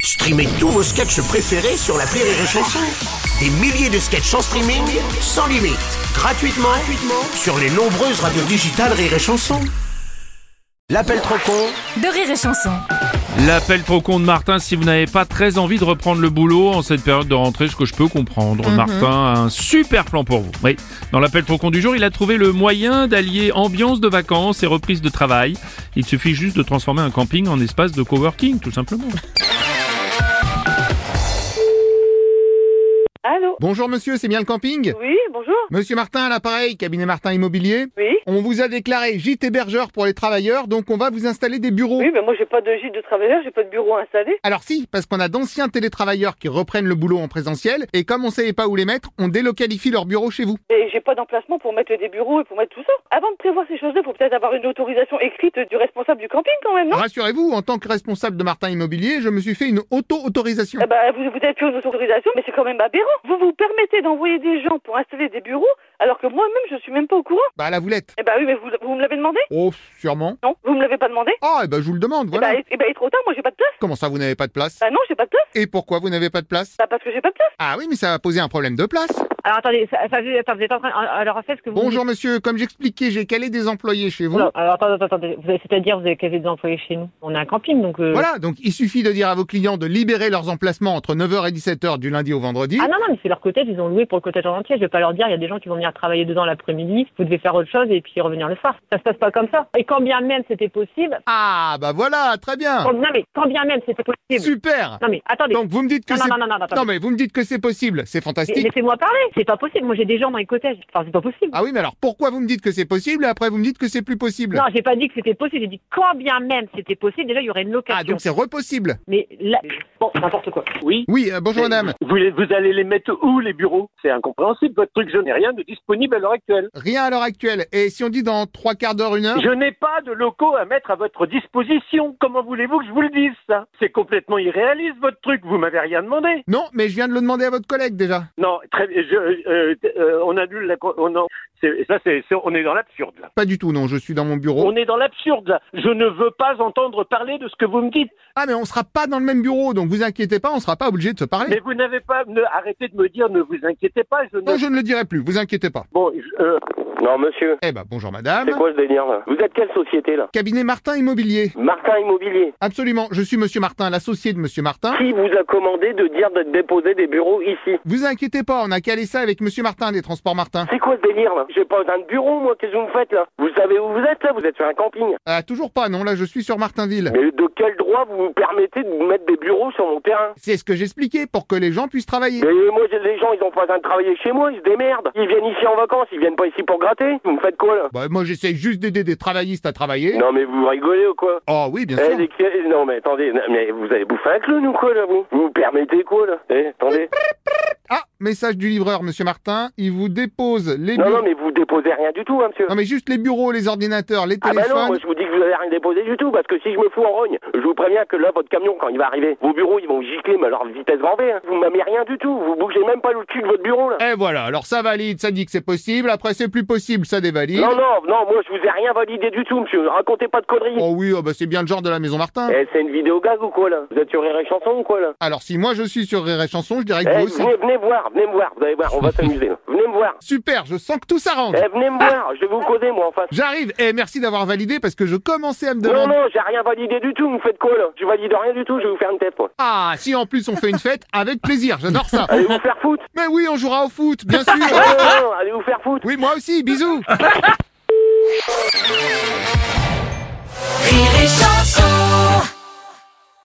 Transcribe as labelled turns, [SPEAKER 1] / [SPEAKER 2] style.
[SPEAKER 1] Streamez tous vos sketchs préférés sur la Rire et Chanson. Des milliers de sketchs en streaming, sans limite, gratuitement, gratuitement sur les nombreuses radios digitales Rire et Chanson. L'appel trop con
[SPEAKER 2] de rire et chanson.
[SPEAKER 3] L'appel trop con de Martin, si vous n'avez pas très envie de reprendre le boulot en cette période de rentrée, ce que je peux comprendre, Martin a un super plan pour vous. Oui, dans l'appel trop con du jour, il a trouvé le moyen d'allier ambiance de vacances et reprise de travail. Il suffit juste de transformer un camping en espace de coworking, tout simplement.
[SPEAKER 4] Allô
[SPEAKER 5] Bonjour monsieur, c'est bien le camping
[SPEAKER 4] Oui, bonjour.
[SPEAKER 5] Monsieur Martin à l'appareil, cabinet Martin Immobilier.
[SPEAKER 4] Oui.
[SPEAKER 5] On vous a déclaré gîte hébergeur pour les travailleurs, donc on va vous installer des bureaux.
[SPEAKER 4] Oui, mais moi j'ai pas de gîte de travailleurs, j'ai pas de bureau installé.
[SPEAKER 5] Alors si, parce qu'on a d'anciens télétravailleurs qui reprennent le boulot en présentiel, et comme on savait pas où les mettre, on délocalifie leurs bureaux chez vous.
[SPEAKER 4] Et j'ai pas d'emplacement pour mettre des bureaux et pour mettre tout ça. Avant de prévoir ces choses-là, faut peut-être avoir une autorisation écrite du responsable du camping quand même, non
[SPEAKER 5] Rassurez-vous, en tant que responsable de Martin Immobilier, je me suis fait une auto-autorisation.
[SPEAKER 4] Eh ben, vous, vous avez plus une autorisation, mais c'est quand même aberrant. Vous vous permettez d'envoyer des gens pour installer des bureaux, alors que moi-même je suis même pas au courant.
[SPEAKER 5] Bah la voulette.
[SPEAKER 4] Eh ben oui, mais vous, vous me l'avez demandé
[SPEAKER 5] Oh, sûrement.
[SPEAKER 4] Non, vous me l'avez pas demandé
[SPEAKER 5] Ah, eh ben je vous le demande,
[SPEAKER 4] Eh
[SPEAKER 5] voilà.
[SPEAKER 4] ben, et- eh ben, il est trop tard, moi j'ai pas de place.
[SPEAKER 5] Comment ça, vous n'avez pas de place
[SPEAKER 4] Bah non, j'ai pas de place.
[SPEAKER 5] Et pourquoi vous n'avez pas de place
[SPEAKER 4] Bah parce que j'ai pas de place.
[SPEAKER 5] Ah oui, mais ça va poser un problème de place.
[SPEAKER 6] Alors attendez, ça, ça- attends, vous êtes en train. Alors en fait, ce que vous.
[SPEAKER 5] Bonjour monsieur, comme j'expliquais, j'ai calé des employés chez vous.
[SPEAKER 6] Non, alors attendez, attendez, attendez. Vous avez- C'est-à-dire, vous avez quasi des employés chez nous. On a un camping, donc. euh,
[SPEAKER 5] Voilà, donc il suffit de dire à vos clients de libérer leurs emplacements entre 9h et 17h du lundi au vendredi.
[SPEAKER 6] Ah non, non, mais c'est leur cottage, ils ont loué pour le cottage en entier. Je vais pas leur dire, il y a des gens qui vont venir travailler dedans l'après-midi, vous devez faire autre chose et puis revenir le soir. Ça se passe pas comme ça. Et quand bien même c'était possible.
[SPEAKER 5] Ah, bah voilà, très bien.
[SPEAKER 6] quand- non, mais quand bien même c'était possible.
[SPEAKER 5] Super.
[SPEAKER 6] Non, mais attendez.
[SPEAKER 5] Donc vous me dites que
[SPEAKER 6] non,
[SPEAKER 5] c'est
[SPEAKER 6] non, non, non, non, attendez.
[SPEAKER 5] mais vous me dites que c'est possible, c'est
[SPEAKER 6] Mais-
[SPEAKER 5] fantastique.
[SPEAKER 6] Laissez-moi parler. C'est pas possible. Moi, j'ai des gens dans les cottages. Enfin, c'est pas possible.
[SPEAKER 5] Ah oui, mais alors pourquoi vous me dites que c'est possible et après vous me dites que c'est plus possible
[SPEAKER 6] Non, j'ai pas dit que c'était possible. J'ai dit quand bien même c'était possible, déjà, il y aurait une location.
[SPEAKER 5] Ah, donc c'est repossible.
[SPEAKER 6] Mais là. Bon, n'importe quoi.
[SPEAKER 7] Oui.
[SPEAKER 5] Oui, euh, bonjour
[SPEAKER 7] Mais
[SPEAKER 5] madame.
[SPEAKER 7] Vous, vous allez les mettre où, les bureaux C'est incompréhensible, votre truc. Je n'ai rien de disponible à l'heure actuelle.
[SPEAKER 5] Rien à l'heure actuelle. Et si on dit dans trois quarts d'heure, une heure
[SPEAKER 7] Je n'ai pas de locaux à mettre à votre disposition. Comment voulez-vous que je vous le dise, ça C'est complètement irréaliste, votre truc. Vous m'avez rien demandé.
[SPEAKER 5] Non, mais je viens de le demander à votre collègue déjà.
[SPEAKER 7] Non, très bien. je- euh, euh, on annule la... co- oh, non. C'est- ça, c'est, c'est- on est dans l'absurde, là.
[SPEAKER 5] Pas du tout, non, je suis dans mon bureau.
[SPEAKER 7] On est dans l'absurde, là. Je ne veux pas entendre parler de ce que vous me dites.
[SPEAKER 5] Ah, mais on sera pas dans le même bureau, donc vous inquiétez pas, on sera pas obligé de se parler.
[SPEAKER 7] Mais vous n'avez pas... ne- arrêtez de me dire, ne vous inquiétez pas. Je ne...
[SPEAKER 5] Non, je ne le dirai plus, vous inquiétez pas.
[SPEAKER 7] Bon, je- euh,
[SPEAKER 8] Non, monsieur,
[SPEAKER 5] Eh ben, bonjour madame.
[SPEAKER 8] c'est quoi ce délire là Vous êtes quelle société là
[SPEAKER 5] Cabinet Martin Immobilier.
[SPEAKER 8] Martin Immobilier.
[SPEAKER 5] Absolument, je suis Monsieur Martin, l'associé de Monsieur Martin.
[SPEAKER 8] Qui vous a commandé de dire de déposer des bureaux ici
[SPEAKER 5] Vous inquiétez pas, on a calé ça avec Monsieur Martin des Transports Martin.
[SPEAKER 8] C'est quoi ce délire là J'ai pas besoin de bureau moi, qu'est-ce que vous me faites là Vous savez où vous êtes là Vous êtes sur un camping.
[SPEAKER 5] Ah, toujours pas, non, là je suis sur Martinville.
[SPEAKER 8] Mais de quel droit vous vous permettez de vous mettre des bureaux sur mon terrain
[SPEAKER 5] C'est ce que j'expliquais pour que les gens puissent travailler.
[SPEAKER 8] mais moi, j'ai- les gens, ils ont pas besoin de travailler chez moi, ils se démerdent. Ils viennent ici en vacances, ils viennent pas ici pour gratter. Vous me faites quoi là
[SPEAKER 5] Bah, moi j'essaie juste d'aider des travaillistes à travailler.
[SPEAKER 8] Non mais vous rigolez ou quoi
[SPEAKER 5] Oh oui, bien
[SPEAKER 8] Eh,
[SPEAKER 5] sûr.
[SPEAKER 8] les- eh, Non mais attendez, non, mais vous allez bouffer un clown ou quoi là vous Vous vous permettez quoi là Eh, attendez.
[SPEAKER 5] Ah, message du livreur, Monsieur Martin, il vous dépose les
[SPEAKER 8] Non, non
[SPEAKER 5] bureaux.
[SPEAKER 8] mais vous déposez rien du tout hein monsieur.
[SPEAKER 5] Non mais juste les bureaux, les ordinateurs, les
[SPEAKER 8] Ah bah non, moi
[SPEAKER 5] téléphones.
[SPEAKER 8] je vous dis que vous avez rien déposé du tout, parce que si je me fous en rogne, je vous préviens que là, votre camion, quand il va arriver, vos bureaux, ils vont gicler, mais alors vitesse grand V, hein. vous m'avez rien du tout, vous bougez même pas le cul de votre bureau, là.
[SPEAKER 5] Et Eh, voilà, alors ça valide, ça dit que c'est possible, après c'est plus possible, ça dévalide.
[SPEAKER 8] Non, non, non, moi je vous ai rien validé du tout, monsieur, racontez pas de conneries.
[SPEAKER 5] Oh oui, oh, bah, c'est bien le genre de la maison Martin.
[SPEAKER 8] Eh, c'est une vidéo gag ou quoi, là Vous êtes sur Rire et Chanson ou quoi, là
[SPEAKER 5] Alors si moi je suis sur Rire et Chanson, je dirais que
[SPEAKER 8] Eh,
[SPEAKER 5] vous aussi.
[SPEAKER 8] venez, venez me voir, venez me voir, vous allez voir, on va s'amuser, là. Venez me voir.
[SPEAKER 5] Super, je sens que tout s'arrange.
[SPEAKER 8] Eh, venez me voir, je vais vous causer, moi, en face.
[SPEAKER 5] J'arrive, et merci d'avoir validé parce que je commençais à me
[SPEAKER 8] Non,
[SPEAKER 5] demander.
[SPEAKER 8] non, j'ai rien validé du tout, vous faites quoi, là Je valide rien du tout, je vais vous faire une tête, moi.
[SPEAKER 5] Ah, si en plus on fait une fête, avec plaisir, j'adore ça.
[SPEAKER 8] Allez vous faire foutre
[SPEAKER 5] Mais oui, on jouera au foot, bien
[SPEAKER 8] Non,
[SPEAKER 5] sûr.
[SPEAKER 8] non, non, allez vous faire foutre
[SPEAKER 5] Oui, moi aussi, bisous.